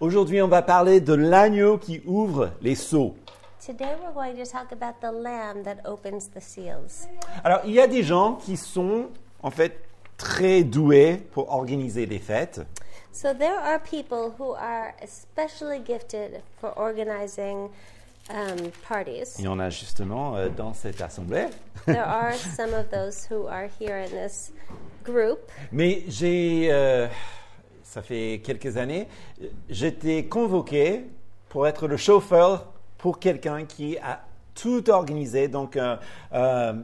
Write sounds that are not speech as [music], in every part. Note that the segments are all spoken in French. Aujourd'hui, on va parler de l'agneau qui ouvre les seaux. Today we're going to talk about the lamb that opens the seals. Alors, il y a des gens qui sont en fait très doués pour organiser des fêtes. So there are people who are especially gifted for organizing um, parties. Il y en a justement euh, dans cette assemblée. there are some of those who are here in this group. Mais j'ai, euh, ça fait quelques années, euh, j'étais convoqué pour être le chauffeur pour quelqu'un qui a tout organisé, donc euh, euh,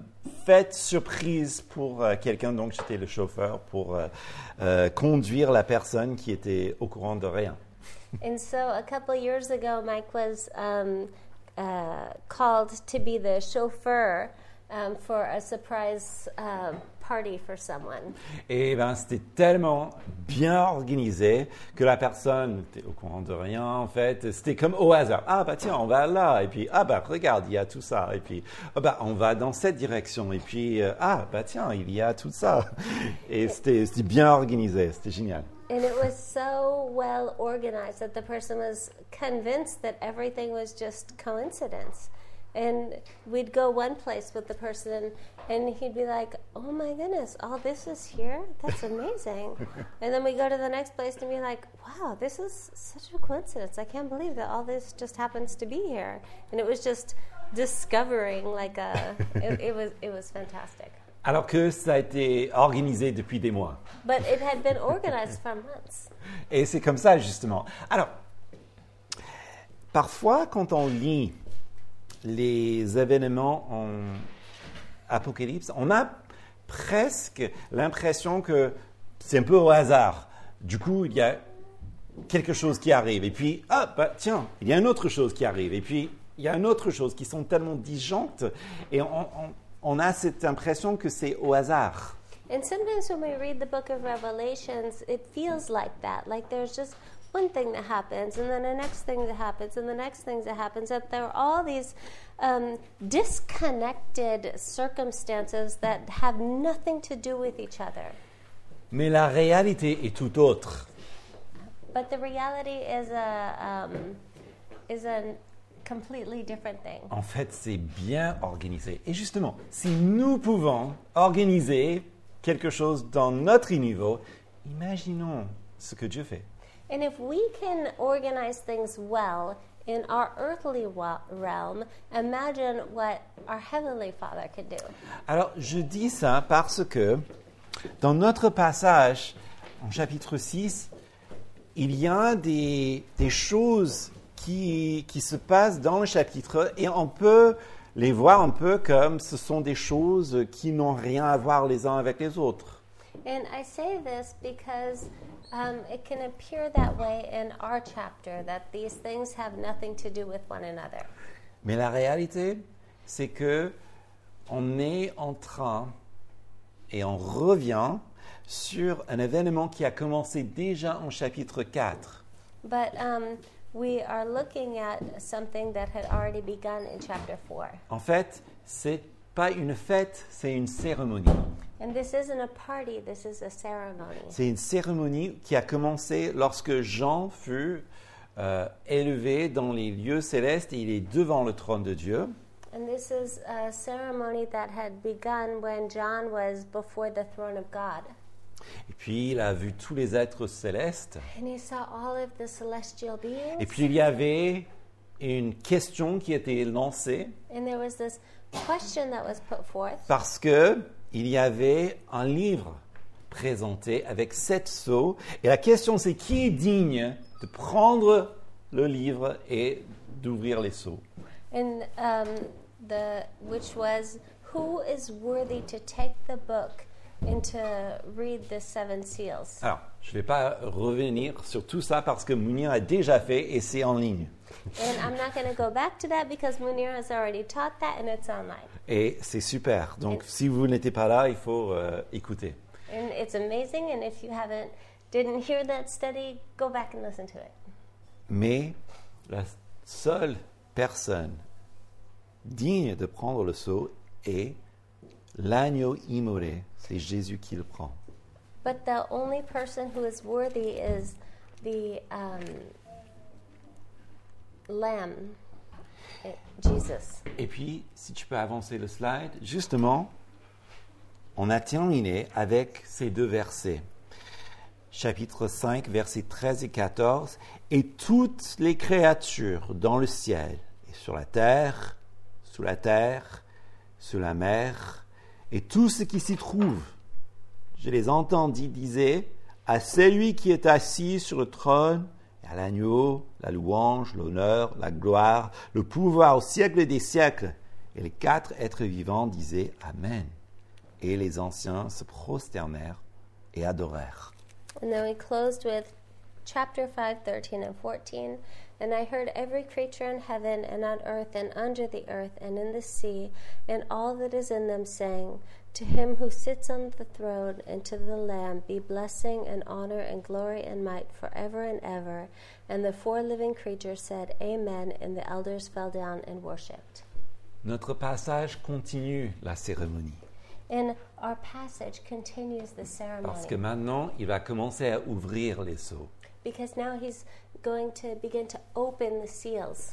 fête surprise pour euh, quelqu'un. Donc j'étais le chauffeur pour euh, euh, conduire la personne qui était au courant de rien. And so a couple years ago, Mike was um, uh, called to be the chauffeur um, for a surprise um party for someone. Et ben, c'était tellement bien organisé que la personne était au courant de rien, en fait. C'était comme au hasard. Ah, bah tiens, on va là. Et puis, ah, bah regarde, il y a tout ça. Et puis, ah, bah on va dans cette direction. Et puis, euh, ah, bah tiens, il y a tout ça. Et c'était c'était bien organisé. C'était génial. And it was so well organized that the person was convinced that everything was just coincidence. And we'd go one place with the person, and he'd be like, Oh my goodness, all this is here? That's amazing. and then we go to the next place and be like, Wow, this is such a coincidence. I can't believe that all this just happens to be here. And it was just discovering, like, a, it, it, was, it was fantastic. Alors que ça a été organisé depuis des mois. But it had been organized for months. Et c'est comme ça, justement. Alors, parfois, quand on lit les événements en Apocalypse, on a presque l'impression que c'est un peu au hasard. Du coup, il y a quelque chose qui arrive. Et puis, ah, bah, tiens, il y a une autre chose qui arrive. Et puis, il y a une autre chose qui sont tellement disjonctes. Et on, on- on a cette impression que c'est au hasard. And sometimes when we read the book of Revelations, it feels like that. Like there's just one thing that happens, and then the next thing that happens, and the next thing that happens. That there are all these um, disconnected circumstances that have nothing to do with each other. Mais la réalité est tout autre. But the reality is a um, is a completely different thing. En fait, c'est bien organisé. Et justement, si nous pouvons organiser quelque chose dans notre niveau, imaginons ce que Dieu fait. And if we can organize things well in our earthly wa- realm, imagine what our heavenly Father could do. Alors, je dis ça parce que dans notre passage, en chapitre 6, il y a des, des choses qui, qui se passent dans le chapitre et on peut les voir un peu comme ce sont des choses qui n'ont rien à voir les uns avec les autres. And I say this because um, it can appear that way in our chapter that these things have nothing to do with one another. Mais la réalité, c'est que on est en train et on revient sur un événement qui a commencé déjà en chapitre 4. But um, we are looking at something that had already begun in chapter 4. En fait, c'est pas une fête, c'est une cérémonie. And this isn't a party, this is a ceremony. C'est une cérémonie qui a commencé lorsque Jean fut euh, élevé dans les lieux célestes et il est devant le trône de Dieu. And this is a ceremony that had begun when John was before the throne of God. Et puis il a vu tous les êtres célestes. And he saw all of the celestial beings. Et puis il y avait une question qui était lancée And there was this question that was put forth. parce que il y avait un livre présenté avec sept sceaux et la question c'est qui est digne de prendre le livre et d'ouvrir les sceaux. and um, the which was who is worthy to take the book and to read the seven seals Alors, je ne vais pas revenir sur tout ça parce que Mounir a déjà fait et c'est en ligne. and i'm not going to go back to that because munir has already taught that and it's online Et c'est super. Donc si vous n'étiez pas là, il faut euh, écouter. and it's amazing and if you haven't didn't hear that study go back and listen to it Mais la seule personne digne de prendre le sceau est l'agneau immolé. C'est Jésus qui le prend. but the only person who is worthy is the um, lamb, eh, Jesus. Et puis, si tu peux avancer le slide, justement, on a terminé avec ces deux versets. Chapitre 5, versets 13 et 14. Et toutes les créatures dans le ciel, et sur la terre, sous la terre, sous la mer, et tout ce qui s'y trouve, je les entendis, disait, à celui qui est assis sur le trône, et à l'agneau, la louange, l'honneur, la gloire, le pouvoir au siècle des siècles. Et les quatre êtres vivants disaient Amen. Et les anciens se prosternèrent et adorèrent. And then we closed with chapter 5, 13 and 14. And I heard every creature in heaven and on earth and under the earth and in the sea and all that is in them saying, To him who sits on the throne and to the Lamb be blessing and honor and glory and might forever and ever. And the four living creatures said, Amen. And the elders fell down and worshipped. Notre passage continue la cérémonie. And our passage continues the ceremony. Parce que maintenant, il va commencer à ouvrir les seaux. Because now he's going to begin to open the seals.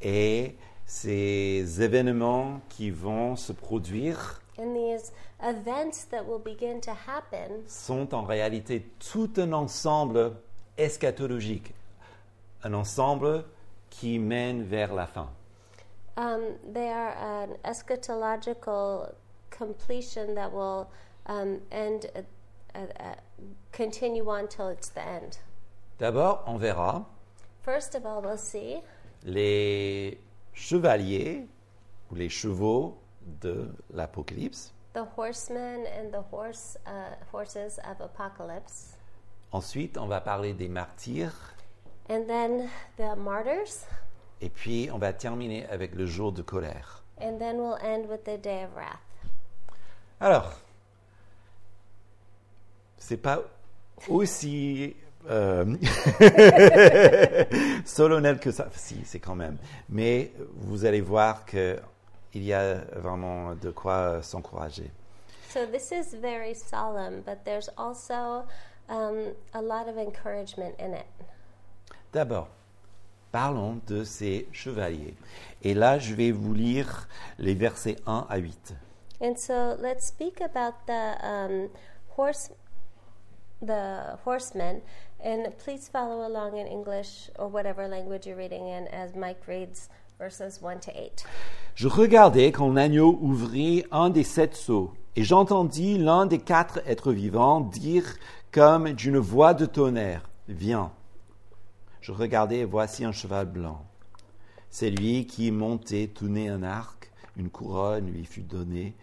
Et ces événements qui vont se produire And these events that will begin to happen sont en réalité tout un ensemble eschatologique, un ensemble qui mène vers la fin. Um, they are an eschatological completion that will um, end, at, at, at, continue on till it's the end. D'abord, on verra First of all, we'll see les chevaliers ou les chevaux de l'Apocalypse. the horsemen and the horse uh, horses of apocalypse, Ensuite, on va parler des martyrs. and then the martyrs, Et puis, on va terminer avec le jour de colère. and then we'll end with the day of wrath. Alors, c'est pas aussi euh, [laughs] solennel que ça. Si, c'est quand même. Mais vous allez voir que il y a vraiment de quoi euh, s'encourager. So this is very solemn, but there's also um, a lot of encouragement in it. D'abord, parlons de ces chevaliers. Et là, je vais vous lire les versets 1 à 8. And so let's speak about the um, horse, the horsemen, and please follow along in English or whatever language you're reading in as Mike reads verses one to eight. Je regardais quand l'agneau ouvrit un des sept seaux, et j'entendis l'un des quatre êtres vivants dire comme d'une voix de tonnerre Viens. Je regardais, et voici un cheval blanc. C'est lui qui montait tout né un arc, une couronne lui fut donnée,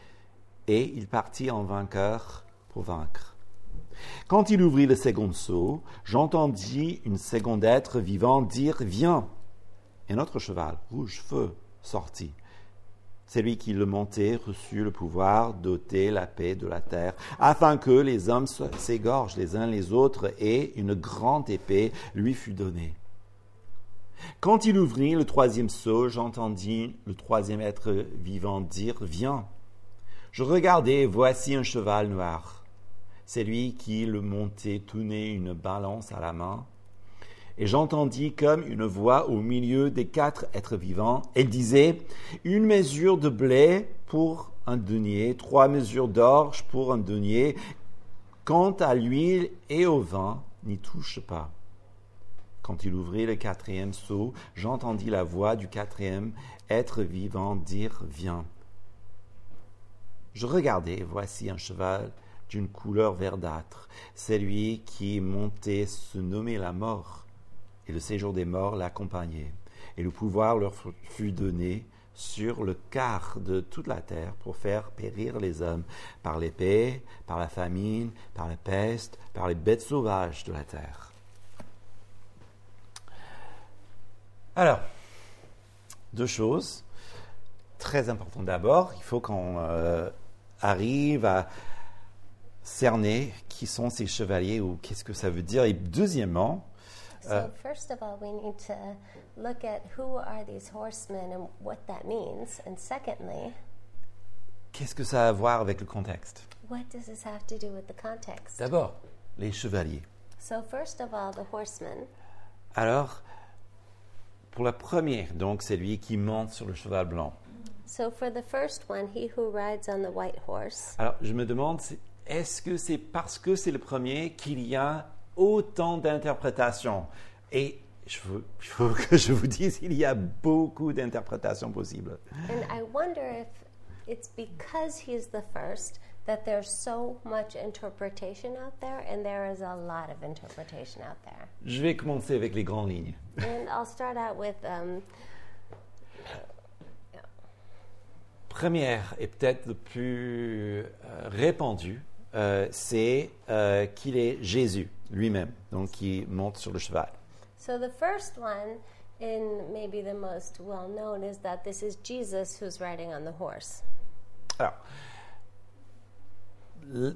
et il partit en vainqueur pour vaincre. Quand il ouvrit le second seau, j'entendis une seconde être vivant dire Viens. Et notre cheval, rouge feu, sortit. Celui qui le montait reçut le pouvoir d'ôter la paix de la terre, afin que les hommes se- s'égorgent les uns les autres, et une grande épée lui fut donnée. Quand il ouvrit le troisième seau, j'entendis le troisième être vivant dire Viens. Je regardai, et voici un cheval noir. C'est lui qui le montait, tout né, une balance à la main. Et j'entendis comme une voix au milieu des quatre êtres vivants. Elle disait Une mesure de blé pour un denier, trois mesures d'orge pour un denier. Quant à l'huile et au vin, n'y touche pas. Quand il ouvrit le quatrième seau, j'entendis la voix du quatrième être vivant dire Viens. Je regardai, voici un cheval d'une couleur verdâtre. C'est lui qui montait se nommer la mort, et le séjour des morts l'accompagnait. Et le pouvoir leur fu- fut donné sur le quart de toute la terre pour faire périr les hommes par l'épée, par la famine, par la peste, par les bêtes sauvages de la terre. Alors, deux choses très important. D'abord, il faut qu'on euh, arrive à cerner qui sont ces chevaliers ou qu'est-ce que ça veut dire. Et deuxièmement, So first of all, we need to look at who are these horsemen and what that means, and secondly, qu'est-ce que ça a à voir avec le contexte what does this have to do with the context? D'abord, les chevaliers. So first of all, the horsemen. Alors, Pour la première, donc, c'est lui qui monte sur le cheval blanc. So for the first one, he who rides on the white horse, Alors, je me demande, c'est- est-ce que c'est parce que c'est le premier qu'il y a autant d'interprétations Et je veux, je veux que je vous dise, il y a beaucoup d'interprétations possibles. and I wonder if it's because he's the first that there's so much interpretation out there, and there is a lot of interpretation out there. Je vais commencer avec les grandes lignes. And I'll start out with um, Première et peut-être le plus euh, répandu, euh, c'est euh, qu'il est Jésus lui-même, donc qui monte sur le cheval. so the first one, and maybe the most well known, is that this is Jesus who's riding on the horse. Alors, l-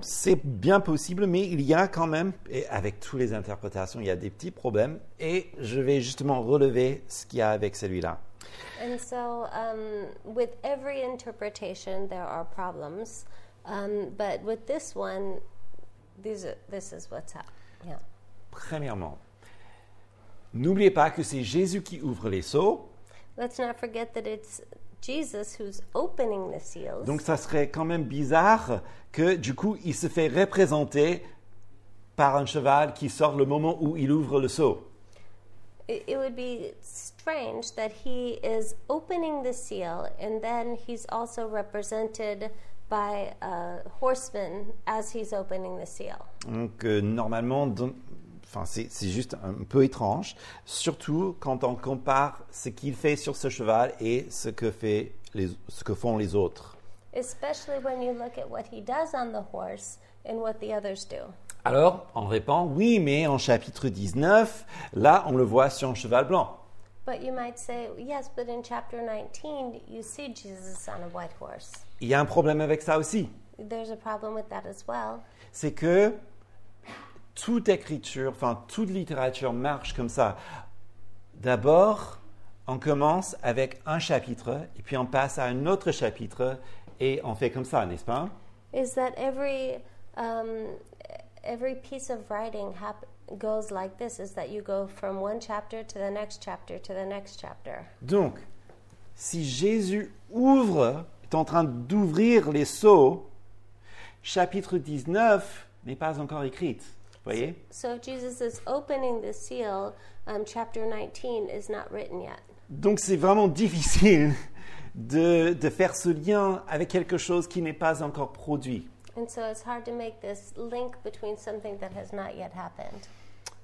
c'est bien possible, mais il y a quand même, et avec toutes les interprétations, il y a des petits problèmes, et je vais justement relever ce qu'il y a avec celui-là. And so, um, with every interpretation, there are problems. Um, but with this one, these are, this is what's up. Yeah. Premièrement, n'oubliez pas que c'est Jésus qui ouvre les seaux, Let's not forget that it's Jesus who's opening the seals. donc ça serait quand même bizarre que du coup il se fait représenter par un cheval qui sort le moment où il ouvre le seau. it, it would be strange that he is opening the seal and then he's also represented by a horseman as he's opening the seal. Donc euh, normalement, don- enfin, c'est c'est juste un peu étrange, surtout quand on compare ce qu'il fait sur ce cheval et ce que, fait les- ce que font les autres. Especially when you look at what he does on the horse and what the others do. Alors, on répond, oui, mais en chapitre 19, là, on le voit sur un cheval blanc. But you might say, yes, but in chapter 19, you see Jesus on a white horse. Il y a un problème avec ça aussi, There's a problem with that as well. c'est que toute écriture, enfin toute littérature marche comme ça. D'abord, on commence avec un chapitre, et puis on passe à un autre chapitre, et on fait comme ça, n'est-ce pas Is that every um, every piece of writing hap- goes like this? Is that you go from one chapter to the next chapter to the next chapter? Donc, si Jésus ouvre, est en train d'ouvrir les seaux, chapitre 19 n'est pas encore écrite. Voyez So if Jesus is opening the seal. Um, chapter 19 is not written yet. Donc c'est vraiment [laughs] difficile de, de faire ce lien avec quelque chose qui n'est pas encore produit. And so it's hard to make this link between something that has not yet happened.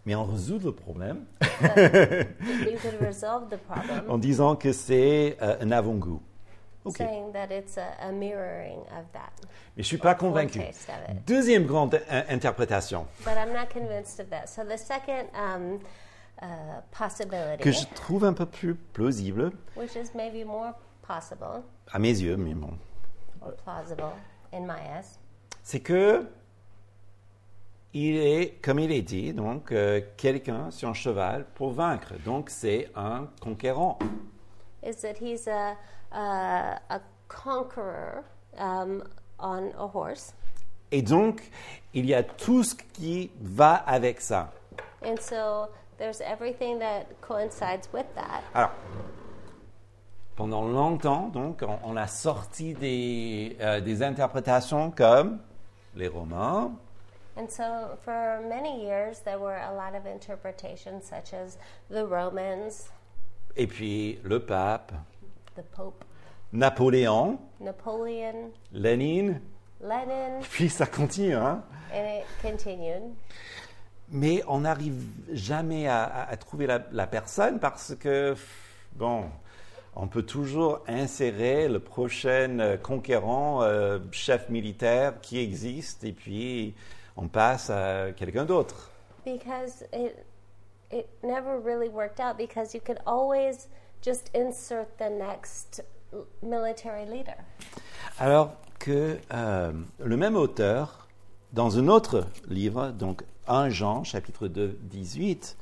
Mais on résout le problème You could resolve the problem [laughs] en disant que c'est euh, un avant-goût. Ok. Mais saying that it's a, a mirroring of that. je ne suis pas One convaincu. taste of it. Deuxième grande euh, interprétation But I'm not convinced of that. So the second um, uh, possibility, que je trouve un peu plus plausible, which is maybe more possible, à mes yeux, mais bon, or plausible in my eyes, c'est que il est, comme il est dit, donc euh, quelqu'un sur un cheval pour vaincre. Donc c'est un conquérant. is that he's a a, a conqueror um, on a horse, Et donc il y a tout ce qui va avec ça. and so there's everything that coincides with that. Alors pendant longtemps, donc on, on a sorti des, euh, des interprétations comme les Romains, And so for many years there were a lot of interpretations, such as the Romans, et puis le pape, the Pope, Napoléon, Napoleon, Lénine, Lenin, puis ça continue. Hein? and it continued. mais on n'arrive jamais à, à- à trouver la, la personne parce que, bon, on peut toujours insérer le prochain euh, conquérant, euh, chef militaire qui existe, et puis on passe à quelqu'un d'autre. because it it never really worked out because you could always just insert the next l- military leader. Alors que euh, le même auteur, dans un autre livre, donc 1 Jean, chapitre 2, 18,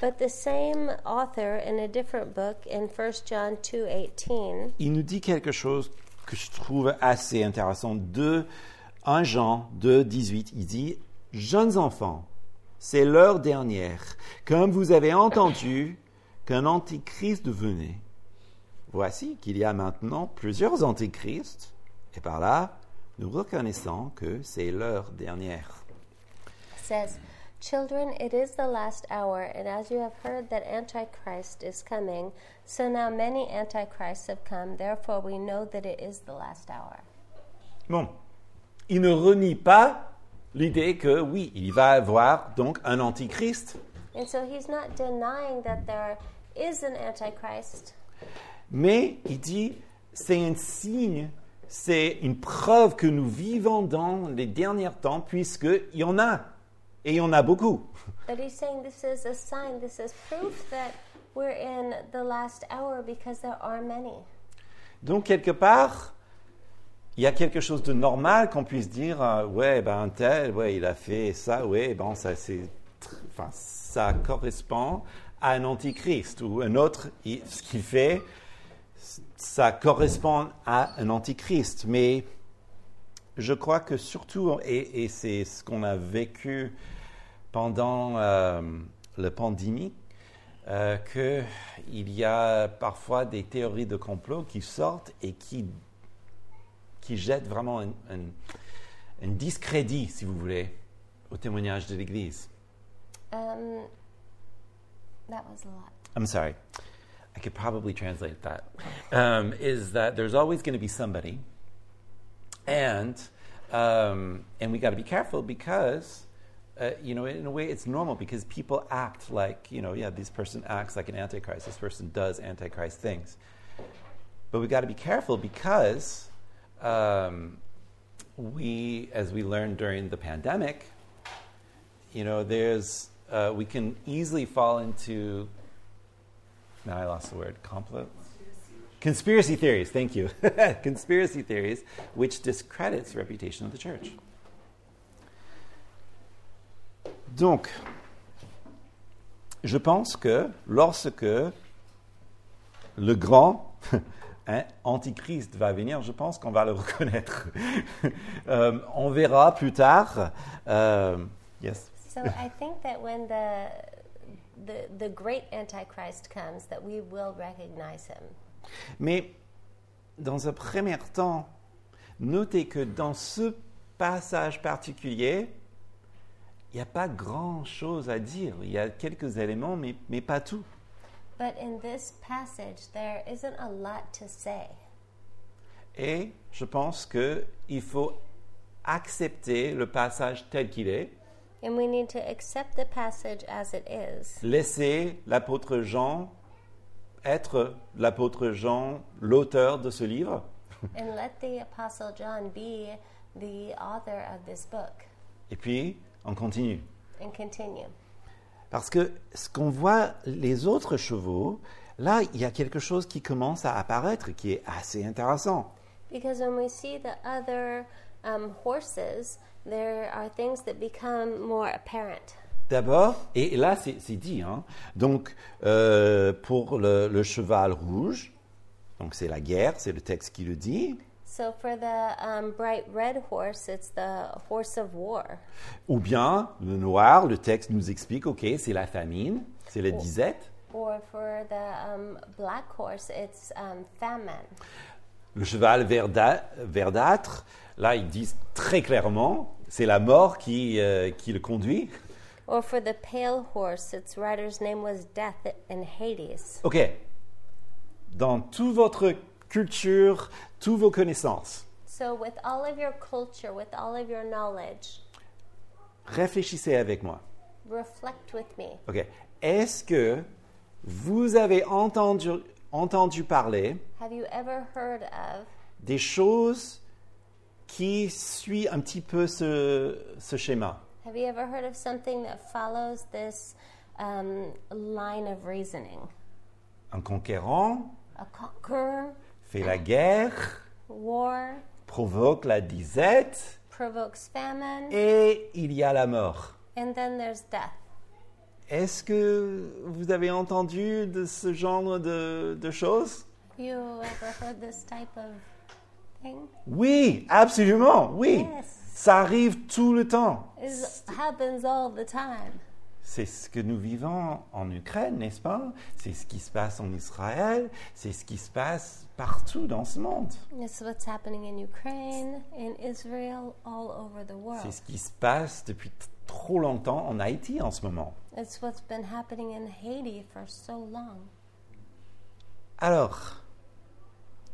But the same author in a different book in 1 John 2:18 il nous dit quelque chose que je trouve assez intéressant. De 1 Jean 2, 18, il dit Jeunes enfants, c'est l'heure dernière. Comme vous avez entendu qu'un antichrist venait. Voici qu'il y a maintenant plusieurs antichrists, et par là, nous reconnaissons que c'est l'heure dernière. says, Children, it is the last hour, and as you have heard that Antichrist is coming, so now many Antichrists have come, therefore we know that it is the last hour. Bon, il ne renie pas l'idée que oui, il va avoir donc un antichrist, And so he's not denying that there is an Antichrist, mais il dit c'est un signe, c'est une preuve que nous vivons dans les derniers temps puisqu'il y en a et il y en a beaucoup. but he's saying this is a sign, this is proof that we're in the last hour because there are many. Donc, quelque part, il y a quelque chose de normal qu'on puisse dire euh, Ouais, ben, un tel, ouais, il a fait ça, ouais, bon, ça, c'est tr- enfin, ça correspond à un antichrist. Ou un autre, il- ce qu'il fait, c- ça correspond à un antichrist. Mais je crois que surtout, et, et c'est ce qu'on a vécu pendant euh, la pandémie, euh, que qu'il y a parfois des théories de complot qui sortent et qui, qui jettent vraiment un, un- un discrédit, si vous voulez, au témoignage de l'Église. Um, that was a lot. I'm sorry. I could probably translate that. Um, is that there's always going to be somebody, and um, and we got to be careful because. Uh, you know, in a way, it's normal because people act like, you know, yeah, this person acts like an antichrist. This person does antichrist things, but we got to be careful because um, we, as we learned during the pandemic, you know, there's uh, we can easily fall into now I lost the word. Complot? Conspiracy theories, thank you. [laughs] Conspiracy theories, which discredits the reputation of the church. Donc, je pense que lorsque le grand [laughs] hein, antichrist va venir, je pense qu'on va le reconnaître. [laughs] Euh, on verra plus tard. Euh, yes. So I think that when the, the the great antichrist comes, that we will recognize him. Mais dans un premier temps, notez que dans ce passage particulier, il n'y a pas grand-chose à dire. Il y a quelques éléments, mais, mais pas tout. But in this passage, there isn't a lot to say, Et je pense qu'il faut accepter le passage tel qu'il est, and we need to accept the passage as it is, laisser l'apôtre Jean être l'apôtre Jean, l'auteur de ce livre, and let the apostle John be the author of this book, et puis on continue. and continue. Parce que ce qu'on voit les autres chevaux, là, il y a quelque chose qui commence à apparaître qui est assez intéressant. Because when we see the other um, horses, there are things that become more apparent. D'abord, et là c'est c'est dit, hein, donc euh, pour le, le cheval rouge, donc c'est la guerre, c'est le texte qui le dit, So for the um, bright red horse, it's the horse of war. ou bien le noir, le texte nous explique, ok, c'est la famine, c'est la disette. Or for the um, black horse, it's um, famine. Le cheval verda- verdâtre, là ils disent très clairement, c'est la mort qui, euh, qui le conduit. Or for the pale horse, its rider's name was Death in Hades. OK. Dans toute votre culture, toutes vos connaissances, So, with all of your culture, with all of your knowledge, réfléchissez avec moi. reflect with me. OK. Est-ce que vous avez entendu, entendu parler Have you ever heard of des choses qui suivent un petit peu ce, ce schéma? Have you ever heard of something that follows this um, line of reasoning? Un conquérant A conqueror, fait la guerre, war, provoque la disette provokes famine, et il y a la mort. and then there's death. Est-ce que vous avez entendu de ce genre de- de choses? You ever heard this type of thing? Oui, absolument, oui. Yes. Ça arrive tout le temps. It happens all the time. C'est ce que nous vivons en Ukraine, n'est-ce pas C'est ce qui se passe en Israël, c'est ce qui se passe partout dans ce monde. This is what's happening in Ukraine, in Israel, all over the C'est world. ce qui se passe depuis t- trop longtemps en Haïti en ce moment. It's what's been happening in Haiti for so long. Alors,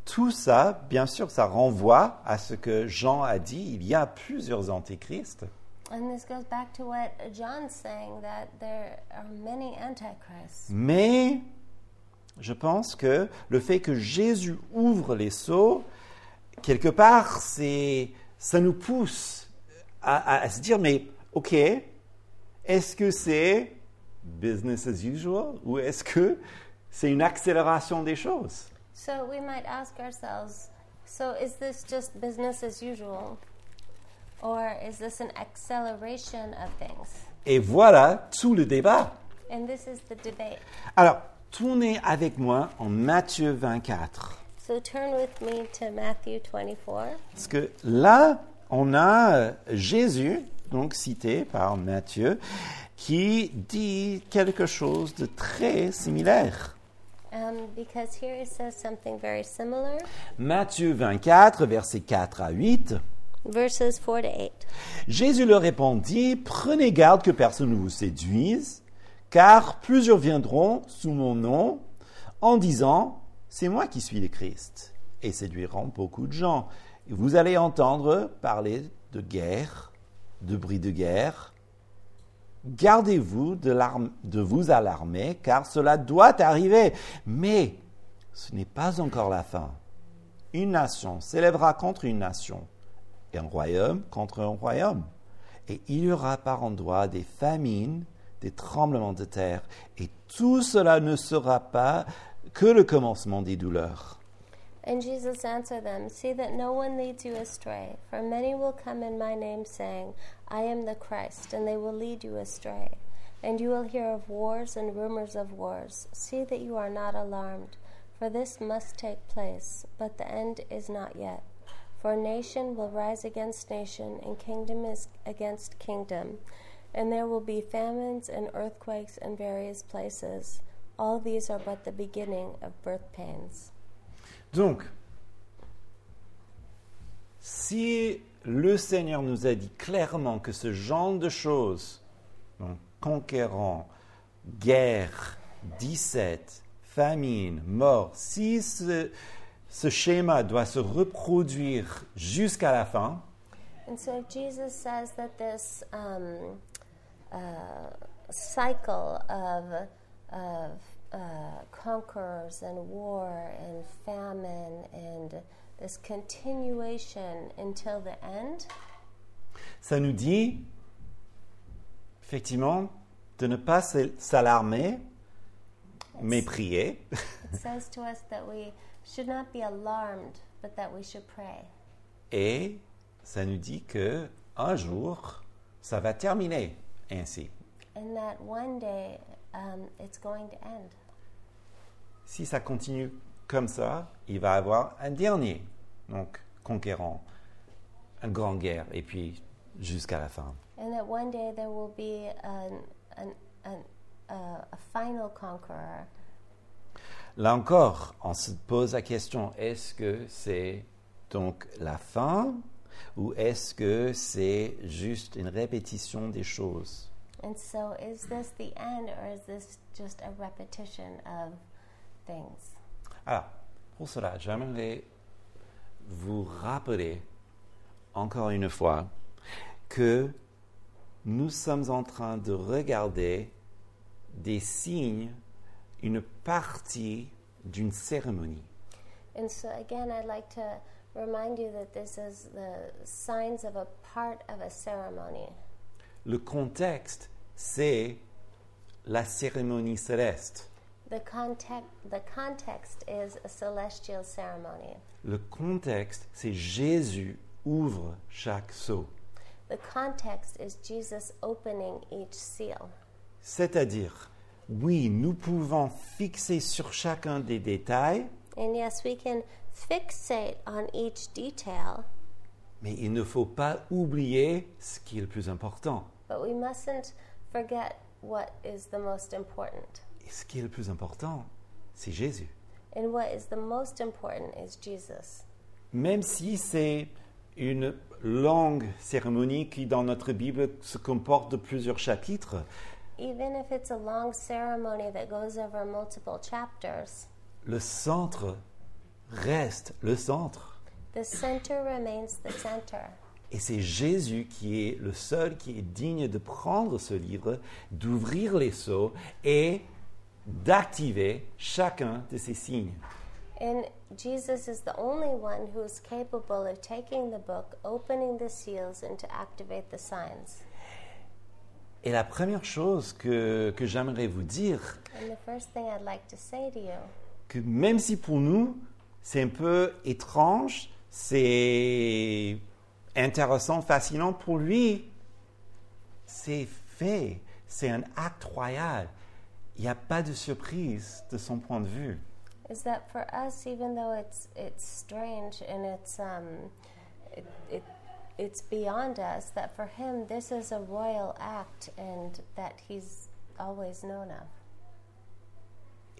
tout ça, bien sûr, ça renvoie à ce que Jean a dit, il y a plusieurs antichrists. And this goes back to what John's saying that there are many antichrists. Mais je pense que le fait que Jésus ouvre les seaux, quelque part, c'est, ça nous pousse à, à- à se dire, mais ok, est-ce que c'est business as usual ou est-ce que c'est une accélération des choses So we might ask ourselves so is this just business as usual? Or is this an acceleration of things? Et voilà tout le débat. And this is the debate. Alors, tournez avec moi en Matthieu 24. So turn with me to Matthew 24. Parce que là, on a euh, Jésus, donc cité par Matthieu, qui dit quelque chose de très similaire. Um, because here it says something very similar. Matthieu 24, versets 4 à 8. Verses 4 to 8. Jésus leur répondit, Prenez garde que personne ne vous séduise, car plusieurs viendront sous mon nom en disant, C'est moi qui suis le Christ, et séduiront beaucoup de gens. Et Vous allez entendre parler de guerre, de bruit de guerre. Gardez-vous de, l'arm- de vous alarmer, car cela doit arriver. Mais ce n'est pas encore la fin. Une nation s'élèvera contre une nation, et un royaume contre un royaume. Et il y aura par endroits des famines, des tremblements de terre, et tout cela ne sera pas que le commencement des douleurs. And Jesus answered them, See that no one leads you astray, for many will come in my name, saying, I am the Christ, and they will lead you astray. And you will hear of wars and rumors of wars. See that you are not alarmed, for this must take place, but the end is not yet. For nation will rise against nation, and kingdom is against kingdom. And there will be famines and earthquakes in various places. All these are but the beginning of birth pains. Donc, si le Seigneur nous a dit clairement que ce genre de choses, donc conquérant, guerre, 17, famine, mort, si ce, ce schéma doit se reproduire jusqu'à la fin, And so if Jesus says that this um, uh, cycle of, of uh, conquerors and war and famine and this continuation until the end, ça nous dit effectivement de ne pas s'al- s'alarmer, mais prier. it says to us that we should not be alarmed, but that we should pray. Et ça nous dit que un jour, ça va terminer ainsi. And that one day um, it's going to end. Si ça continue comme ça, il va avoir un dernier, donc conquérant, une grande guerre, et puis jusqu'à la fin. And that one day there will be an, an, an, uh, a final conqueror. Là encore, on se pose la question, est-ce que c'est donc la fin ou est-ce que c'est juste une répétition des choses And so, is this the end, or is this just a repetition of things? Alors, Ah, pour cela, j'aimerais vous rappeler encore une fois que nous sommes en train de regarder des signes, une partie d'une cérémonie. And so, again, I'd like to remind you that this is the signs of a part of a ceremony. Le contexte, c'est la cérémonie céleste. The context, the context is a celestial ceremony. Le contexte, c'est Jésus ouvre chaque seau. The context is Jesus opening each seal. C'est-à-dire, oui, nous pouvons fixer sur chacun des détails, And yes, we can fixate on each detail, mais il ne faut pas oublier ce qui est le plus important. but we mustn't forget what is the most important. Et ce qui est le plus important, c'est Jésus. And what is the most important is Jesus. Même si c'est une longue cérémonie qui, dans notre Bible, se comporte de plusieurs chapitres, Even if it's a long ceremony that goes over multiple chapters, le centre reste le centre. the center remains the center. Et c'est Jésus qui est le seul qui est digne de prendre ce livre, d'ouvrir les sceaux et d'activer chacun de ces signes. And Jesus is the only one who is capable of taking the book, opening the seals, and to activate the signs. Et la première chose que, que j'aimerais vous dire, And the first thing I'd like to say to you que même si pour nous, c'est un peu étrange, c'est intéressant, fascinant, pour lui, c'est fait, c'est un acte royal. Il n'y a pas de surprise de son point de vue. is that for us, even though it's it's strange and it's um, it, it it's beyond us, that for him this is a royal act and that he's always known of.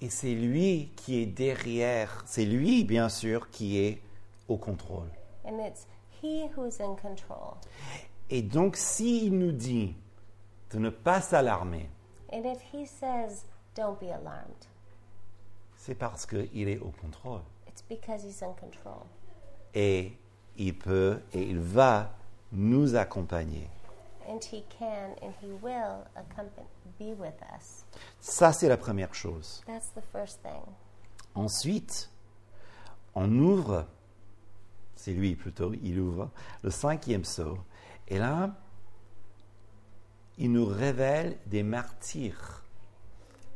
Et c'est lui qui est derrière, c'est lui bien sûr qui est au contrôle. And it's he who's in control. Et donc s'il nous dit de ne pas s'alarmer, And if he says, "Don't be alarmed," c'est parce qu'il est au contrôle. it's because he's in control. Et il peut et il va nous accompagner. and he can and he will accompany, be with us. Ça, c'est la première chose. That's the first thing. Ensuite, on ouvre, c'est lui plutôt, il ouvre le cinquième sceau. Et là, il nous révèle des martyrs.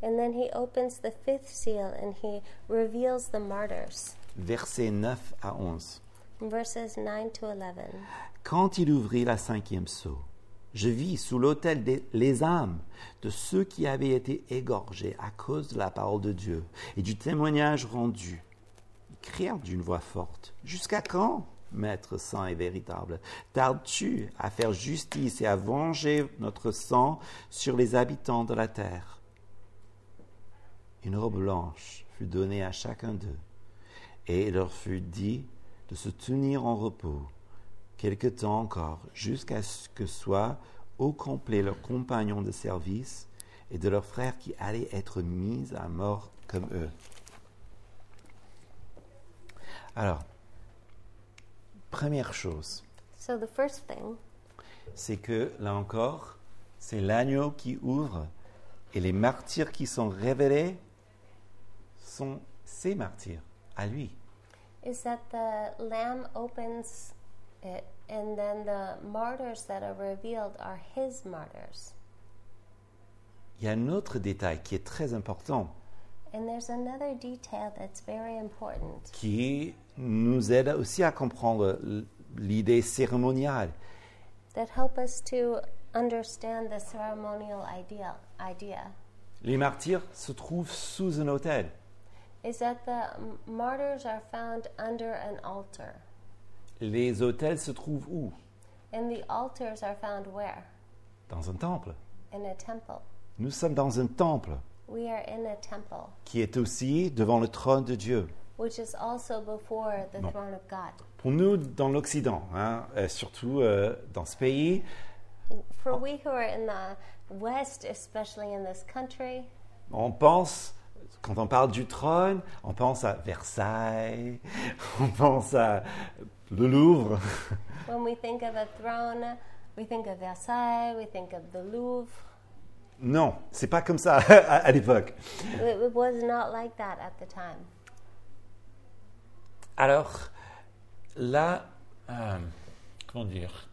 And then he opens the fifth seal and he reveals the martyrs. versets 9 à 11. Verses 9 to 11. Quand il ouvrit la cinquième sceau, je vis sous l'autel des- les âmes de ceux qui avaient été égorgés à cause de la parole de Dieu et du témoignage rendu. Ils crièrent d'une voix forte Jusqu'à quand, Maître saint et véritable, tardes-tu à faire justice et à venger notre sang sur les habitants de la terre Une robe blanche fut donnée à chacun d'eux, et il leur fut dit de se tenir en repos quelque temps encore, jusqu'à ce que soient au complet leurs compagnons de service et de leurs frères qui allaient être mis à mort comme eux. Alors, première chose, So the first thing c'est que là encore, c'est l'agneau qui ouvre et les martyrs qui sont révélés sont ses martyrs, à lui. is that the lamb opens it and then the martyrs that are revealed are his martyrs. Il y a un autre détail qui est très important. And there's another detail that's very important. qui nous aide aussi à comprendre l- l'idée cérémoniale. that help us to understand the ceremonial ideal, idea Les martyrs se trouvent sous un autel. is that the m- martyrs are found under an altar. Les autels se trouvent où And the altars are found where? Dans un temple. In a temple. Nous sommes dans un temple We are in a temple, qui est aussi devant le trône de Dieu. which is also before the No. throne of God. Pour nous, dans l'Occident, hein, euh, surtout euh, dans ce pays, For we who are in the West, especially in this country, on pense, quand on parle du trône, on pense à Versailles, [laughs] on pense à le Louvre. [laughs] when we think of a throne, we think of Versailles, we think of the Louvre. Non, c'est pas comme ça [laughs] à- à l'époque. It it was not like that at the time. Alors, là, euh, comment dire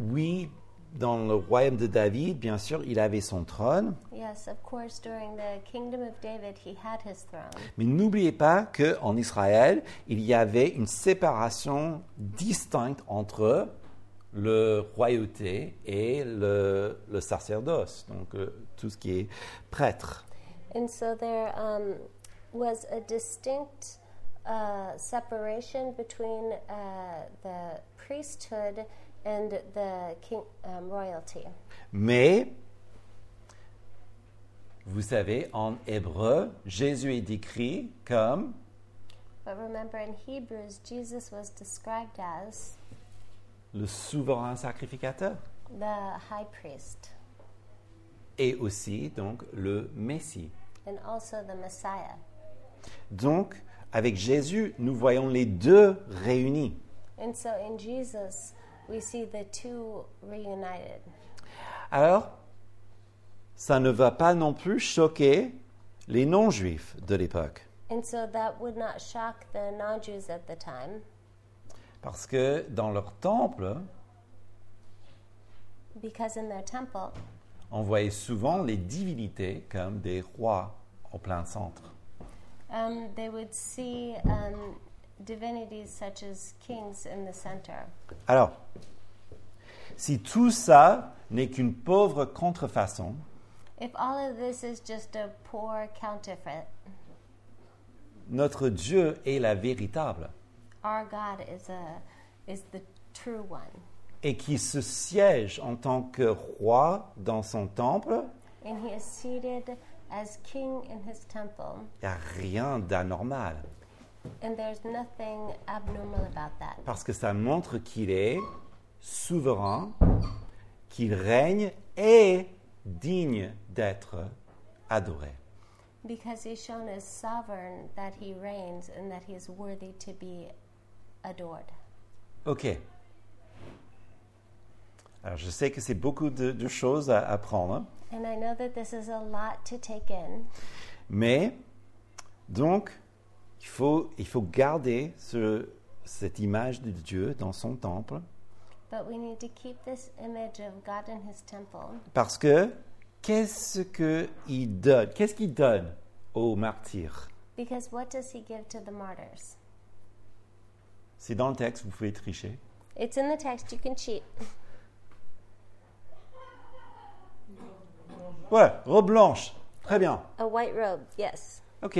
Oui, dans le royaume de David, bien sûr, il avait son trône, Yes, of course, during the kingdom of David, he had his throne. mais n'oubliez pas qu'en Israël, il y avait une séparation distincte entre le royauté et le, le sacerdoce, donc euh, tout ce qui est prêtre. And so there um, was a distinct uh, separation between uh, the priesthood and the king, um, royalty. Mais Vous savez, en hébreu, Jésus est décrit comme But remember, in Hebrews, Jesus was described as le souverain sacrificateur the high priest et aussi donc le Messie. and also the Messiah. Donc, avec Jésus, nous voyons les deux réunis. And so in Jesus, we see the two reunited. Alors, ça ne va pas non plus choquer les non-juifs de l'époque, And so that would not shock the non Jews at the time parce que dans leur temple, because in their temple, on voyait souvent les divinités comme des rois au plein centre. um, they would see um, divinities such as kings in the center. Alors, si tout ça n'est qu'une pauvre contrefaçon, If all of this is just a poor counterfeit, notre Dieu est la véritable our God is, a, is the true one. et qui se siège en tant que roi dans son temple, And he is seated as king in his temple. il n'y a rien d'anormal. And there's nothing abnormal about that parce que ça montre qu'il est souverain, qu'il règne et digne d'être adoré. because he's shown as sovereign that he reigns and that he is worthy to be adored. Ok. Alors je sais que c'est beaucoup de, de choses à apprendre, And I know that this is a lot to take in. mais donc il faut, il faut garder ce- cette image de Dieu dans son temple But we need to keep this image of God in his temple parce que qu'est-ce qu'il donne Qu'est-ce qu'il donne aux martyrs because what does he give to the martyrs? C'est dans le texte, vous pouvez tricher. It's in the text, you can cheat. Ouais, robe blanche. Très bien. A white robe, yes. Ok.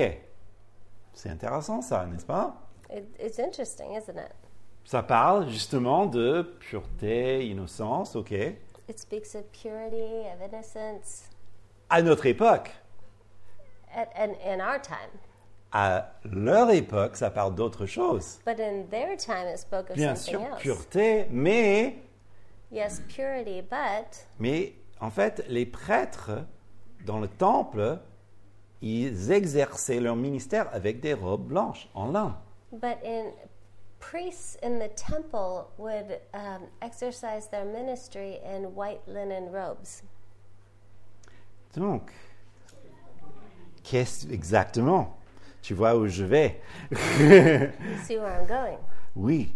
C'est intéressant ça, n'est-ce pas It, it's interesting, isn't it? Ça parle justement de pureté, innocence, ok. It speaks of purity, of innocence, À notre époque, at, and in our time. à leur époque, ça parle d'autre chose. But in their time, it spoke of Bien sûr, something else. pureté, mais, Yes, purity, but mais en fait, les prêtres dans le temple, ils exerçaient leur ministère avec des robes blanches en lin. but in priests in the temple would um, exercise their ministry in white linen robes. Donc, qu'est-ce exactement Tu vois où je vais You see where I'm going? Oui,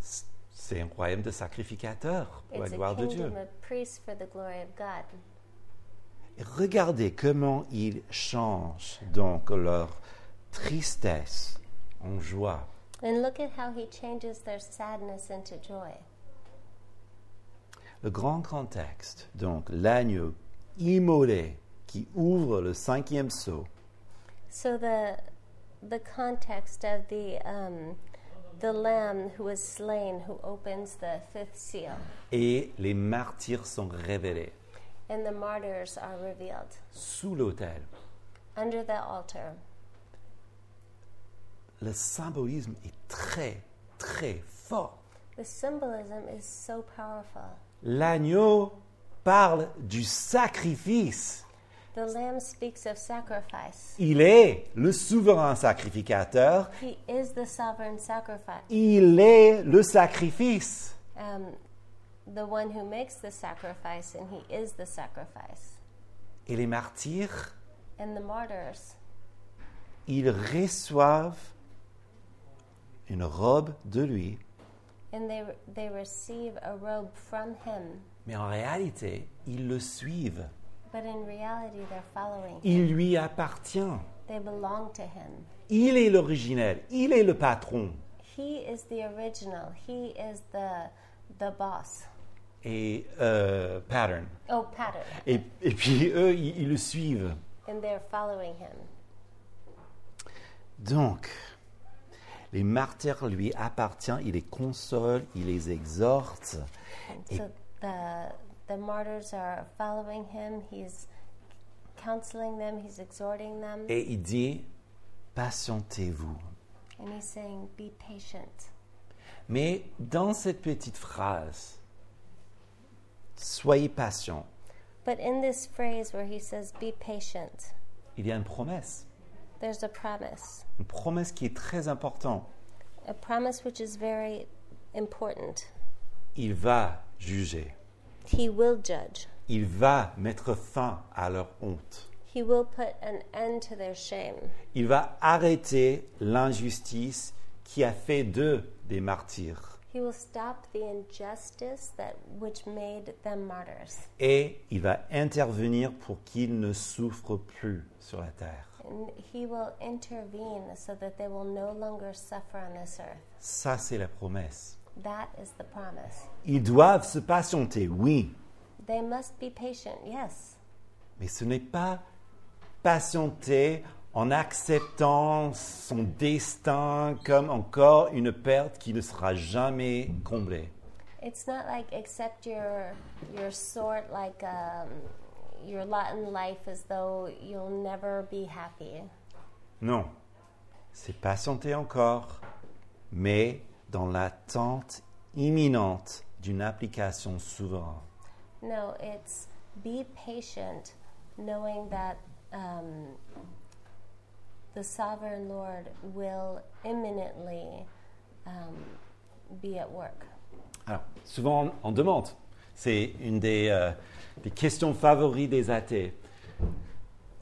c- c'est un royaume de sacrificateurs pour It's la a gloire de kingdom Dieu. of priests for the glory of God. Et regardez comment ils changent donc leur tristesse en joie. And look at how he changes their sadness into joy. Le grand contexte, donc l'agneau immolé qui ouvre le cinquième sceau, So the the context of the um, the lamb who was slain, who opens the fifth seal, et les martyrs sont révélés and the martyrs are revealed sous l'autel. under the altar. Le symbolisme est très, très fort. The symbolism is so powerful. L'agneau parle du sacrifice. The lamb speaks of sacrifice. Il est le souverain sacrificateur. He is the sovereign sacrifice, Il est le sacrifice. um, the one who makes the sacrifice, and he is the sacrifice. Et les martyrs, And the martyrs, ils reçoivent une robe de lui. and they they receive a robe from him, Mais en réalité, ils le suivent. but in reality, they're following. Il lui appartient. They belong to him. Il est l'originel. Il est le patron. He is the original. He is the the boss. Et euh, pattern. Oh, pattern. Et, et puis [laughs] eux, ils- ils le suivent. And they're following him. Donc, les martyrs lui appartient, il les console, il les exhorte. So the the martyrs are following him. He's counseling them, he's exhorting them, Et il dit, patientez-vous. and he's saying, Be patient. Mais dans cette petite phrase, soyez patient, But in this phrase where he says, Be patient, il y a une promesse. there's a promise, Une promesse qui est très importante. a promise which is very important. Il va juger. He will judge, Il va mettre fin à leur honte. he will put an end to their shame, Il va arrêter l'injustice qui a fait d'eux des martyrs. he will stop the injustice that which made them martyrs. Et il va intervenir pour qu'ils ne souffrent plus sur la terre. And he will intervene so that they will no longer suffer on this earth. Ça, c'est la promesse. That is the promise. Ils doivent se patienter, oui, They must be patient, yes. mais ce n'est pas patienter en acceptant son destin comme encore une perte qui ne sera jamais comblée. It's not like accept your your sort like um, your lot in life as though you'll never be happy. Non, c'est patienter encore, mais dans l'attente imminente d'une application souveraine. No, it's be patient, knowing that um, the sovereign Lord will imminently um, be at work. Alors, souvent, on, on demande. C'est une des, euh, des questions favorites des athées.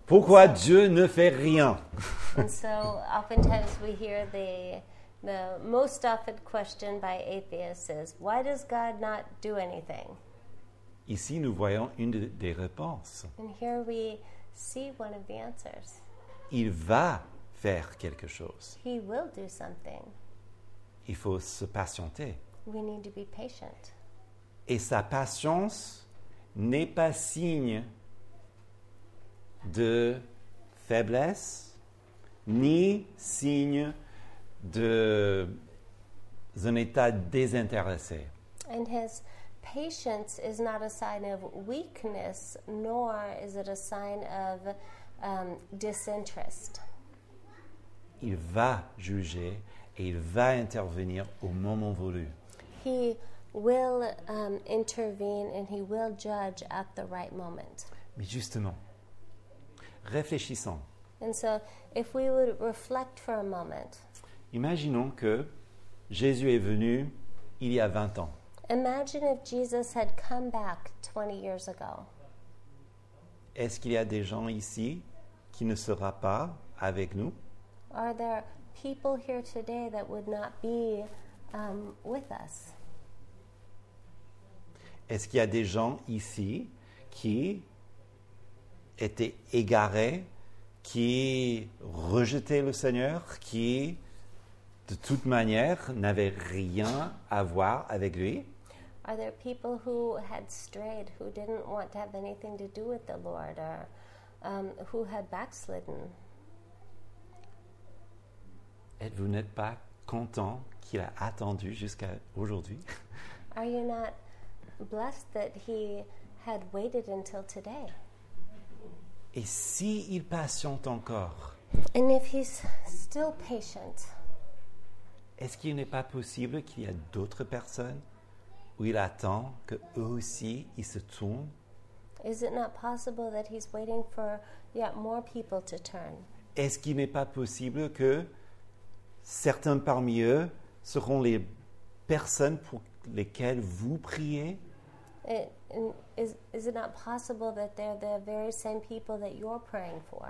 Pourquoi Dieu ne fait rien and so, oftentimes we hear the the most often question by atheists is, "Why does God not do anything?" Ici, nous voyons une de- des réponses. And here we see one of the answers. Il va faire quelque chose. He will do something. Il faut se patienter. We need to be patient. Et sa patience n'est pas signe de faiblesse, ni signe de- d'un état désintéressé. And his patience is not a sign of weakness, nor is it a sign of um, disinterest. Il va juger et il va intervenir au moment voulu. He will um, intervene and he will judge at the right moment. Mais justement, réfléchissons. And so, if we would reflect for a moment, Imaginons que Jésus est venu il y a 20 ans. imagine if Jesus had come back 20 years ago. Est-ce qu'il y a des gens ici qui ne sera pas avec nous Are there people here today that would not be um, with us? Est-ce qu'il y a des gens ici qui étaient égarés, qui rejetaient le Seigneur, qui de toute manière n'avaient rien à voir avec lui Are there people who had strayed, who didn't want to have anything to do with the Lord, or um, who had backslidden? Êtes-vous n'êtes pas content qu'il a attendu jusqu'à aujourd'hui Are you not blessed that He had waited until today? Et s'il patiente encore, And if He's still patient, est-ce qu'il n'est pas possible qu'il y a d'autres personnes où il attend que eux aussi ils se tournent is it not possible that He's waiting for yet more people to turn? Est-ce qu'il n'est pas possible que certains parmi eux seront les personnes pour lesquelles vous priez It, and is, is it not possible that they're the very same people that you're praying for?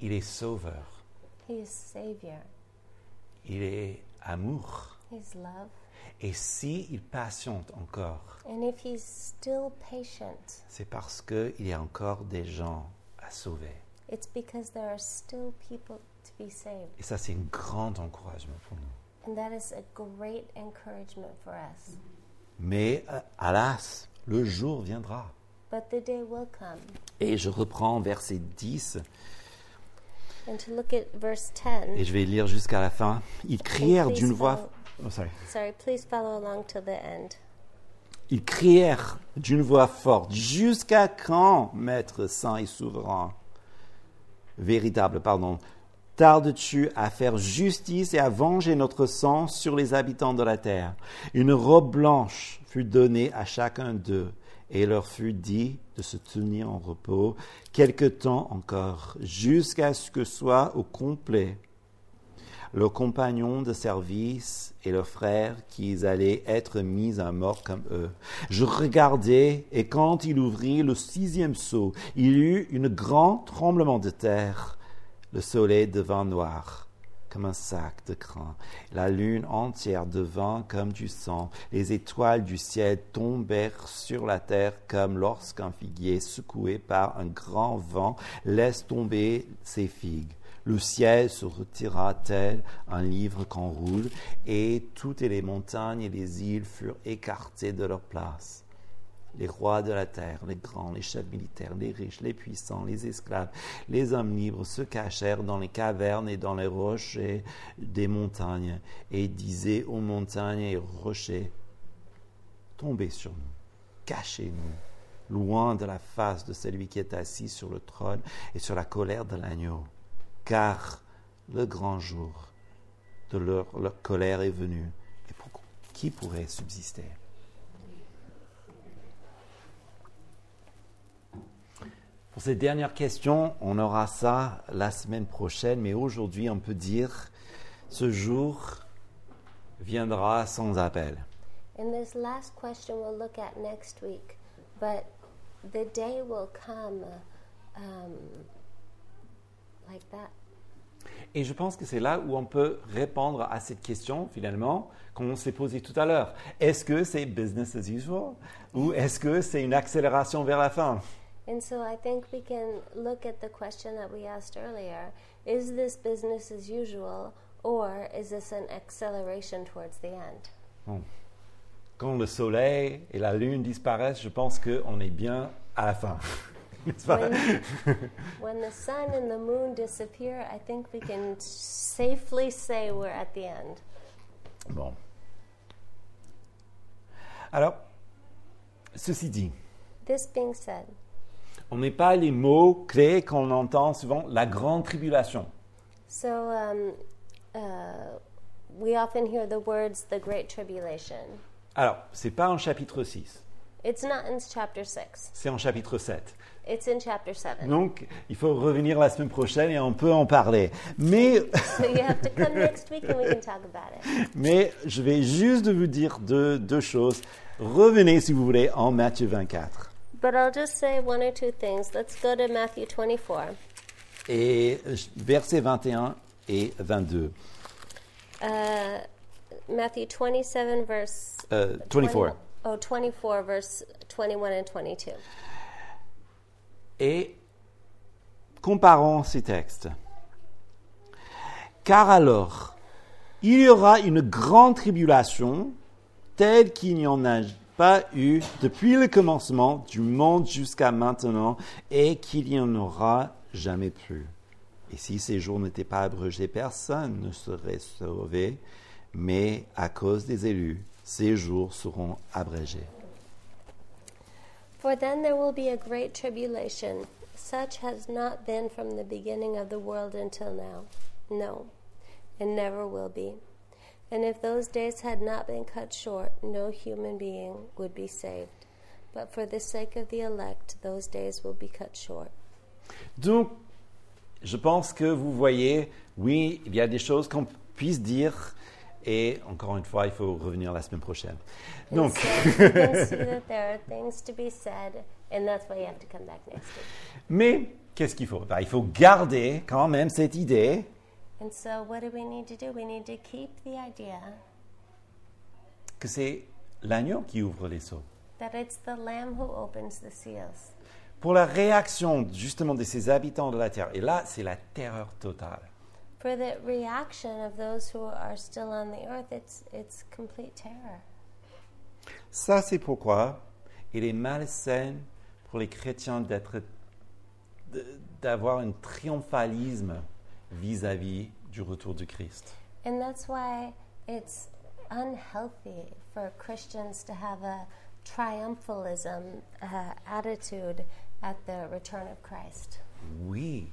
Il est sauveur, He is Savior, il est amour. He's love. Et s'il patiente encore, And if He's still patient, c'est parce qu'il y a encore des gens à sauver. It's because there are still people to be saved. Et ça, c'est un grand encouragement pour nous. And that is a great encouragement for us. Mais, euh, alas, le jour viendra. But the day will come. Et je reprends verset 10 And to look at verse 10. et je vais lire jusqu'à la fin. Ils crièrent d'une voix. Oh, sorry. Sorry, please follow along till the end. Ils crièrent d'une voix forte, Jusqu'à quand, Maître Saint et Souverain Véritable, pardon. Tardes-tu à faire justice et à venger notre sang sur les habitants de la terre Une robe blanche fut donnée à chacun d'eux, et il leur fut dit de se tenir en repos quelque temps encore, jusqu'à ce que soit au complet leurs compagnons de service et leurs frères qui allaient être mis à mort comme eux. Je regardai, et quand il ouvrit le sixième seau, il y eut un grand tremblement de terre. Le soleil devint noir comme un sac de crin. La lune entière devint comme du sang. Les étoiles du ciel tombèrent sur la terre comme lorsqu'un figuier secoué par un grand vent laisse tomber ses figues le ciel se retira tel un livre qu'on roule, et toutes les montagnes et les îles furent écartées de leur place. Les rois de la terre, les grands, les chefs militaires, les riches, les puissants, les esclaves, les hommes libres se cachèrent dans les cavernes et dans les rochers des montagnes, et disaient aux montagnes et aux rochers, Tombez sur nous, cachez-nous, loin de la face de celui qui est assis sur le trône et sur la colère de l'agneau car le grand jour de leur, leur colère est venu. Et pour qui pourrait subsister Pour ces dernières questions, on aura ça la semaine prochaine, mais aujourd'hui, on peut dire ce jour viendra sans appel. And this last question we'll look at next week, but the day will come um, like that. Et je pense que c'est là où on peut répondre à cette question, finalement, qu'on s'est posée tout à l'heure. Est-ce que c'est business as usual ou est-ce que c'est une accélération vers la fin And so I think we can look at the question that we asked earlier is this business as usual or is this an acceleration towards the end? Bon. Quand le soleil et la lune disparaissent, je pense qu'on est bien à la fin. [laughs] N'est-ce pas When, when the sun and the moon disappear, I think we can safely say we're at the end. Bon. Alors, ceci dit, This being said, on n'est pas les mots clés qu'on entend souvent, la grande tribulation. so um, uh, we often hear the words the Great Tribulation. Alors, c'est pas en chapitre 6, It's not in chapter 6, c'est en chapitre 7. it's in chapter 7. Donc, il faut revenir la semaine prochaine et on peut en parler. Mais, [laughs] So you have to come next week and we can talk about it. mais je vais juste vous dire deux, deux choses. Revenez, si vous voulez, en Matthieu 24. But I'll just say one or two things. Let's go to Matthew 24. Et euh, versets 21 et 22. Uh, Matthew 27, verse Euh, 24. 20 oh, 24, verse 21 and 22. et comparons ces textes. Car alors, il y aura une grande tribulation telle qu'il n'y en a pas eu depuis le commencement du monde jusqu'à maintenant et qu'il n'y en aura jamais plus. Et si ces jours n'étaient pas abrogés, personne ne serait sauvé, mais à cause des élus, ces jours seront abrégés. For then there will be a great tribulation, such has not been from the beginning of the world until now. No, and never will be. And if those days had not been cut short, no human being would be saved. But for the sake of the elect, those days will be cut short. Donc, je pense que vous voyez, oui, il y a des choses qu'on puisse dire. Et encore une fois, il faut revenir la semaine prochaine. And Donc, so you can see that there are things to be said, and that's why you have to come back next week. mais qu'est-ce qu'il faut Ben, Il faut garder quand même cette idée And so, what do we need to do? We need to keep the idea que c'est l'agneau qui ouvre les seaux. that it's the Lamb who opens the seals. Pour la réaction justement de ces habitants de la terre, et là, c'est la terreur totale. For the reaction of those who are still on the earth, it's, it's complete terror. Ça, c'est pourquoi il est malsain pour les chrétiens d'être, de- d'avoir un triomphalisme vis-à-vis du retour du Christ. And that's why it's unhealthy for Christians to have a triumphalism uh, attitude at the return of Christ. Oui,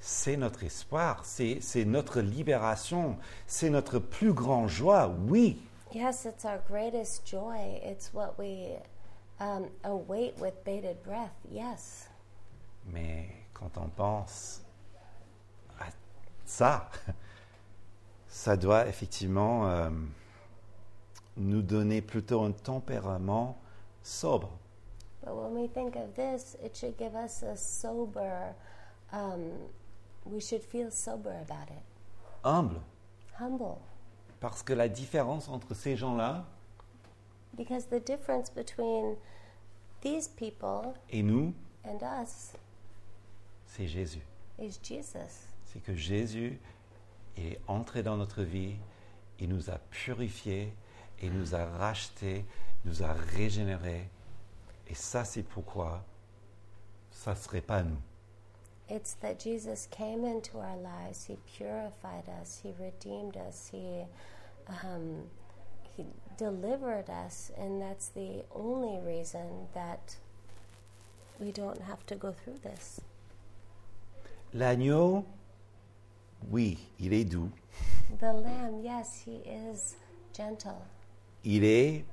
c'est notre espoir, c'est c'est notre libération, c'est notre plus grande joie, oui. Yes, it's our greatest joy. It's what we um, await with bated breath. Yes. Mais quand on pense à ça, [laughs] ça doit effectivement euh, nous donner plutôt un tempérament sobre. But when we think of this, it should give us a sober, um, we should feel sober about it, humble, humble. parce que la différence entre ces gens-là Because the difference between these people et nous, and us c'est Jésus. is Jesus. C'est que Jésus est entré dans notre vie, il nous a purifiés, il nous a rachetés, il nous a régénérés. Et ça, c'est pourquoi ça ne serait pas nous. It's that Jesus came into our lives, He purified us, He redeemed us, He, um, he delivered us, and that's the only reason that we don't have to go through this. L'agneau, oui, il est doux, The Lamb, yes, He is gentle. il est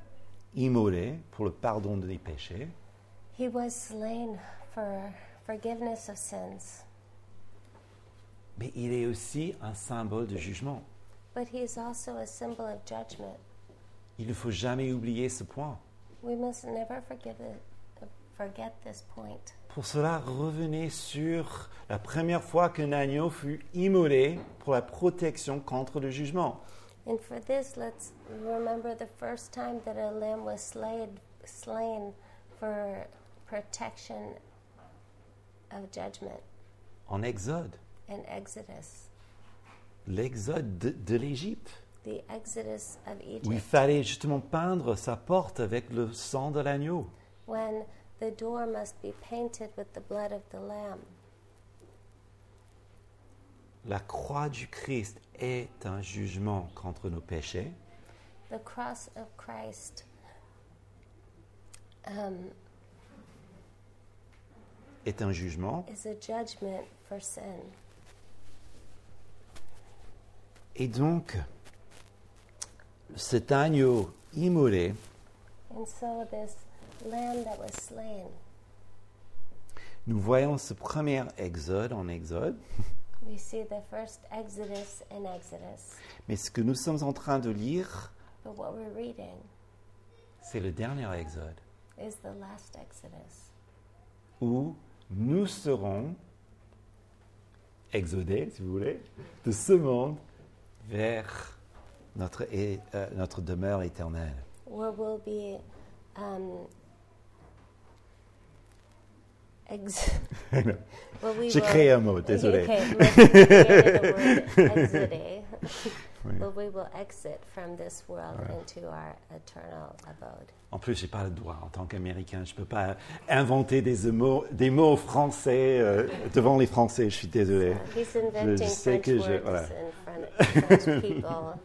immolé pour le pardon des péchés, He was slain for forgiveness of sins, mais il est aussi un symbole de jugement. but He is also a symbol of judgment. Il ne faut jamais oublier ce point. We must never forgive it, forget this point. Pour cela, revenez sur la première fois qu'un agneau fut immolé pour la protection contre le jugement. And for this, let's remember the first time that a lamb was slayed, slain for protection of judgment En Exode, in Exodus, l'Exode de, de l'Égypte, the Exodus of Egypt, où il fallait justement peindre sa porte avec le sang de l'agneau. when the door must be painted with the blood of the lamb. La croix du Christ est un jugement contre nos péchés, The cross of Christ um, est un jugement, is a judgment for sin. et donc cet agneau immolé And so, this lamb that was slain, Nous voyons ce premier exode en exode, we see the first Exodus in Exodus. mais ce que nous sommes en train de lire, But what we're reading c'est le dernier exode, is the last Exodus, où nous serons exodés, si vous voulez, de ce monde vers notre, é- euh, notre demeure éternelle. where we'll be um, [laughs] ex- [laughs] where we J'ai will- créé un mot, désolé. Okay, let's create [laughs] the word exode. Oui. But we will exit from this world Ouais. into our eternal abode. En plus, j'ai pas le droit en tant qu'Américain. Je peux pas inventer des euh, mots, des mots français euh, devant les Français. Je suis désolé. Uh, He's inventing sais French que words je- uh, voilà. and French, [laughs] French people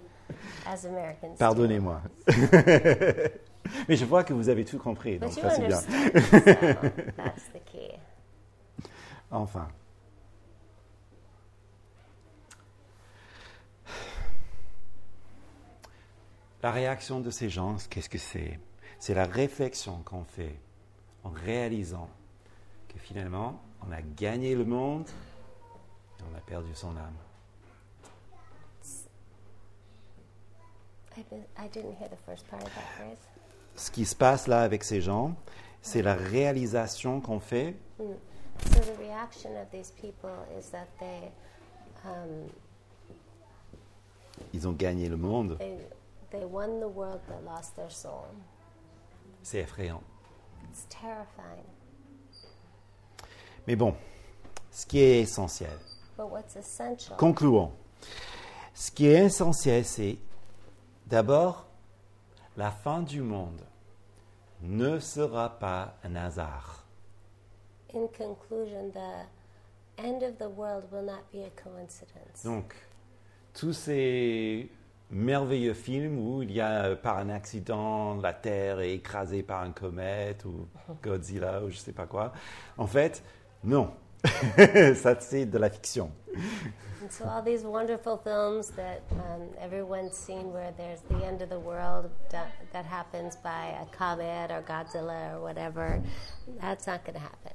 as Americans. do. Pardonnez-moi. [laughs] Mais je vois que vous avez tout compris. Donc But you ça, c'est bien. understand, so that's the key. Enfin. La réaction de ces gens, qu'est-ce que c'est C'est la réflexion qu'on fait en réalisant que finalement, on a gagné le monde et on a perdu son âme. I, be- I didn't hear the first part of that phrase. Ce qui se passe là avec ces gens, c'est la réalisation qu'on fait Mm. So the reaction of these people is that they um, ils ont gagné le monde. they they won the world but lost their soul. C'est effrayant. It's terrifying. Mais bon, ce qui est essentiel, But what's essential? concluons. Ce qui est essentiel, c'est d'abord, la fin du monde ne sera pas un hasard. In conclusion, the end of the world will not be a coincidence. Donc, tous ces merveilleux film où il y a euh, par un accident la Terre est écrasée par un comète ou Godzilla ou je sais pas quoi. En fait, non. [laughs] Ça c'est de la fiction. And so all these wonderful films that um, everyone's seen, where there's the end of the world that, that happens by a comet or Godzilla or whatever, that's not going to happen.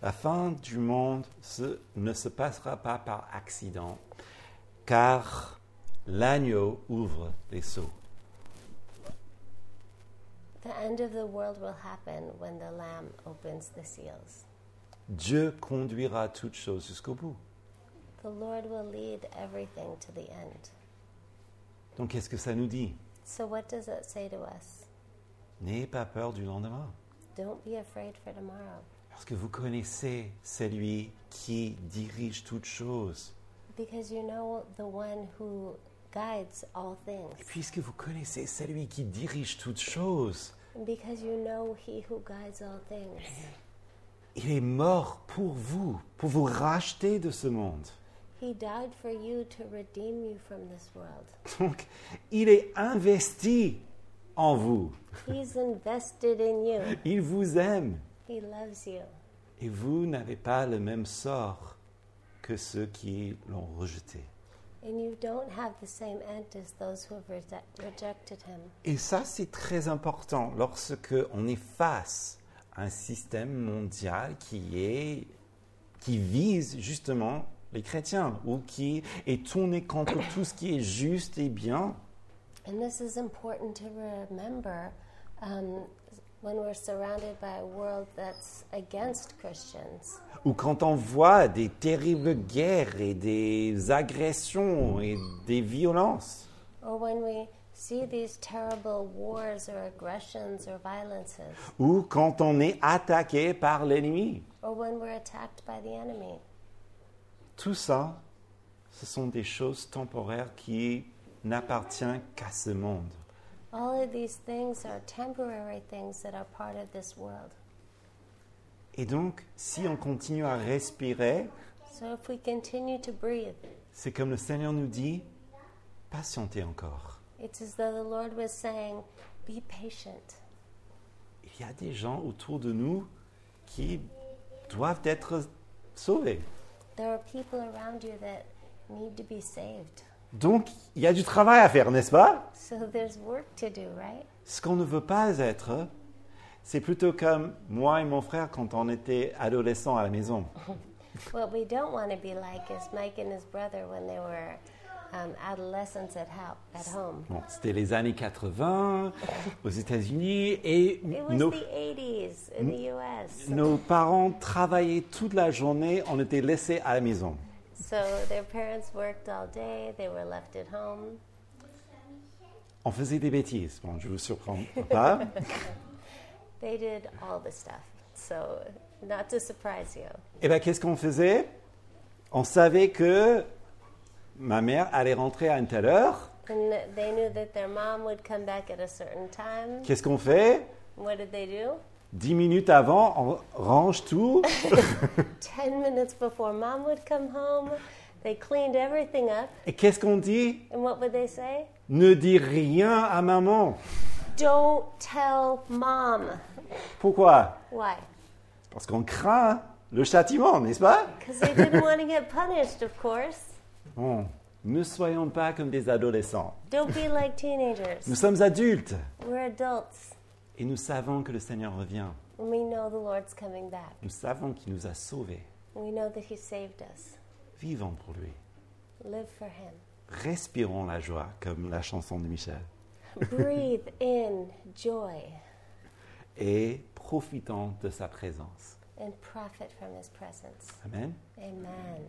La fin du monde se- ne se passera pas par accident, car l'agneau ouvre les seaux. The end of the world will happen when the Lamb opens the seals. Dieu conduira toutes choses jusqu'au bout. The Lord will lead everything to the end. Donc qu'est-ce que ça nous dit So what does that say to us? N'ayez pas peur du lendemain, Don't be afraid for tomorrow, parce que vous connaissez celui qui dirige toutes choses. because you know the one who guides all things. Et puisque vous connaissez celui qui dirige toutes choses, And Because you know he who guides all things. il est mort pour vous, pour vous racheter de ce monde. He died for you to redeem you from this world. Donc, il est investi en vous. He's invested in you. Il vous aime. He loves you. Et vous n'avez pas le même sort que ceux qui l'ont rejeté. And you don't have the same end as those who have reje- rejected him. Et ça, c'est très important lorsque on est face à un système mondial qui est qui vise justement les chrétiens ou qui est tourné contre tout ce qui est juste et bien. And this is important to remember um, when we're surrounded by a world that's against Christians, Ou quand on voit des terribles guerres et des agressions et des violences, or when we see these terrible wars or aggressions or violences, ou quand on est attaqué par l'ennemi. or when we're attacked by the enemy. Tout ça, ce sont des choses temporaires qui n'appartiennent qu'à ce monde. All of these things are temporary things that are part of this world. Et donc, si on continue à respirer, So if we continue to breathe, c'est comme le Seigneur nous dit, patientez encore. it's as though the Lord was saying, Be patient. Il y a des gens autour de nous qui doivent être sauvés. There are people around you that need to be saved. Donc, il y a du travail à faire, n'est-ce pas So there's work to do, right? Ce qu'on ne veut pas être, c'est plutôt comme moi et mon frère quand on était adolescents à la maison. What we don't want to be like is Mike and his brother when they were um, adolescents at, ho- at home. Bon, c'était les années 80 aux États-Unis et It was nos, the 80s in the US. nos parents travaillaient toute la journée, on était laissés à la maison. So their parents worked all day, they were left at home. On faisait des bêtises. Bon, je vous surprends pas. They did all the stuff. So, not to surprise you. Et bien, Eh ben, qu'est-ce qu'on faisait On savait que ma mère allait rentrer à une telle heure. And they knew that their mom would come back at a certain time. Qu'est-ce qu'on fait What did they do? Dix minutes avant, on range tout. 10 minutes before mom would come home, they cleaned everything up. Et qu'est-ce qu'on dit And what would they say? Ne dis rien à maman. Don't tell mom. Pourquoi Why? Parce qu'on craint le châtiment, n'est-ce pas Because they didn't want to get punished, of course. Bon, ne soyons pas comme des adolescents. Don't be like Nous teenagers. sommes adultes We're adults, et nous savons que le Seigneur revient. and we know the Lord's coming back. Nous savons qu'il nous a sauvés. We know that He saved us. Vivons pour lui. Live for Him. Respirons la joie, comme la chanson de Michel, Breathe in joy et profitons de sa présence. and profit from His presence. Amen. Amen.